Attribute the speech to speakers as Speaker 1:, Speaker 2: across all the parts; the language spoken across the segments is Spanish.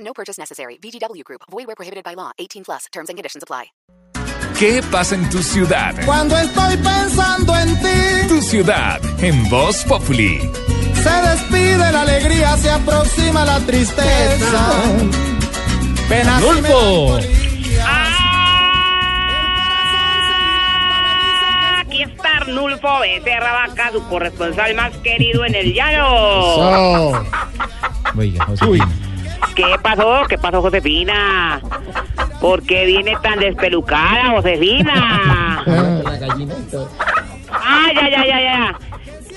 Speaker 1: No purchase necessary. VGW Group. Void where prohibited by law. 18 plus. Terms and conditions apply.
Speaker 2: ¿Qué pasa en tu ciudad?
Speaker 3: Cuando estoy pensando en ti,
Speaker 2: Tu ciudad en Voz Populi.
Speaker 3: se despide la alegría, se aproxima la tristeza. Penas y
Speaker 2: Rodolfo.
Speaker 3: melancolías.
Speaker 4: Ah. Aquí está Arnulfo Becerra Vaca, su corresponsal más querido en el llano.
Speaker 5: Oh. Oiga, Josefina.
Speaker 4: ¿Qué pasó? ¿Qué pasó, Josefina? ¿Por qué viene tan despelucada, Josefina? Ay, ya, ya, ya, ya.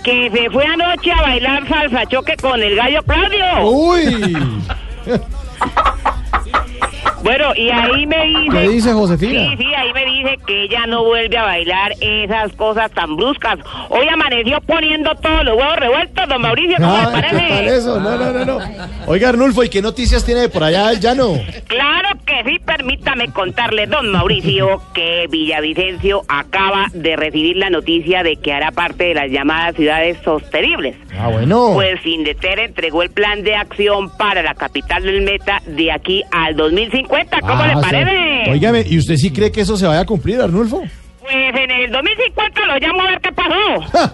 Speaker 4: Que se fue anoche a bailar salsa choque con el gallo Claudio.
Speaker 5: Uh. Uy,
Speaker 4: Bueno, y ahí me
Speaker 5: ¿qué
Speaker 4: dice...
Speaker 5: dice Josefina?
Speaker 4: Sí, sí, ahí me dice que ella no vuelve a bailar esas cosas tan bruscas. Hoy amaneció poniendo todos los huevos revueltos, don Mauricio, ¿cómo le
Speaker 5: Ay, Ah, ¿qué
Speaker 4: parece?
Speaker 5: tal eso? No, no, no, no. Oiga, Arnulfo, ¿y qué noticias tiene de por allá el llano?
Speaker 4: Claro que sí, permítame contarle, don Mauricio, que Villavicencio acaba de recibir la noticia de que hará parte de las llamadas ciudades sostenibles.
Speaker 5: Ah, bueno.
Speaker 4: Pues Indeter entregó el plan de acción para la capital del Meta de aquí al 2050. ¿Cómo
Speaker 5: Ah,
Speaker 4: le
Speaker 5: o sea,
Speaker 4: parece?
Speaker 5: Óigame, ¿y usted sí cree que eso se vaya a cumplir, Arnulfo?
Speaker 4: Pues en el 2050 lo llamo a ver qué pasó.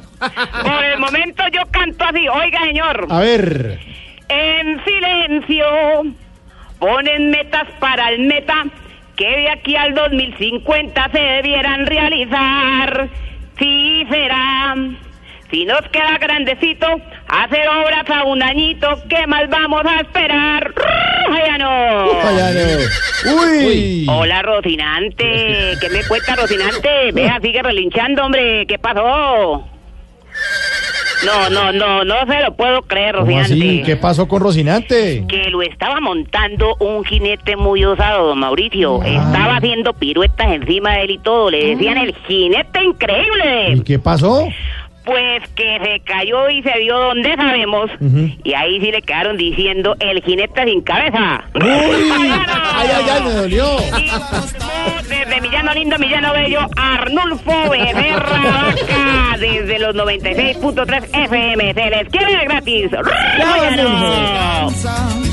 Speaker 4: Por el momento yo canto así, oiga señor.
Speaker 5: A ver.
Speaker 4: En silencio, ponen metas para el meta que de aquí al 2050 se debieran realizar. Sí será. Si nos queda grandecito, hacer obras a un añito, ¿qué más vamos a esperar? ¡Rayano!
Speaker 5: Allá, no. Uy.
Speaker 4: Hola, Rocinante. ¿Qué me cuesta, Rocinante? Vea, sigue relinchando, hombre. ¿Qué pasó? No, no, no, no se lo puedo creer,
Speaker 5: ¿Cómo
Speaker 4: Rocinante
Speaker 5: así? ¿Qué pasó con Rocinante?
Speaker 4: que lo estaba montando un jinete muy osado, don
Speaker 5: Ah.
Speaker 4: Mauricio. Estaba haciendo piruetas encima de él y todo. Le decían el jinete
Speaker 5: ¿Y
Speaker 4: increíble.
Speaker 5: qué pasó?
Speaker 4: Pues que se cayó y se dio donde sabemos.
Speaker 5: Ujú.
Speaker 4: Y ahí sí le quedaron diciendo el jinete sin cabeza.
Speaker 5: Uy. Ay, ay, ay, me dolió.
Speaker 4: Y no, Desde Millano Lindo, Millano Bello, Arnulfo Becerra Vaca, desde los 96.3 FM, se les quiere de gratis.
Speaker 5: Arnulfo.
Speaker 4: ¡Rayano!
Speaker 3: Danza.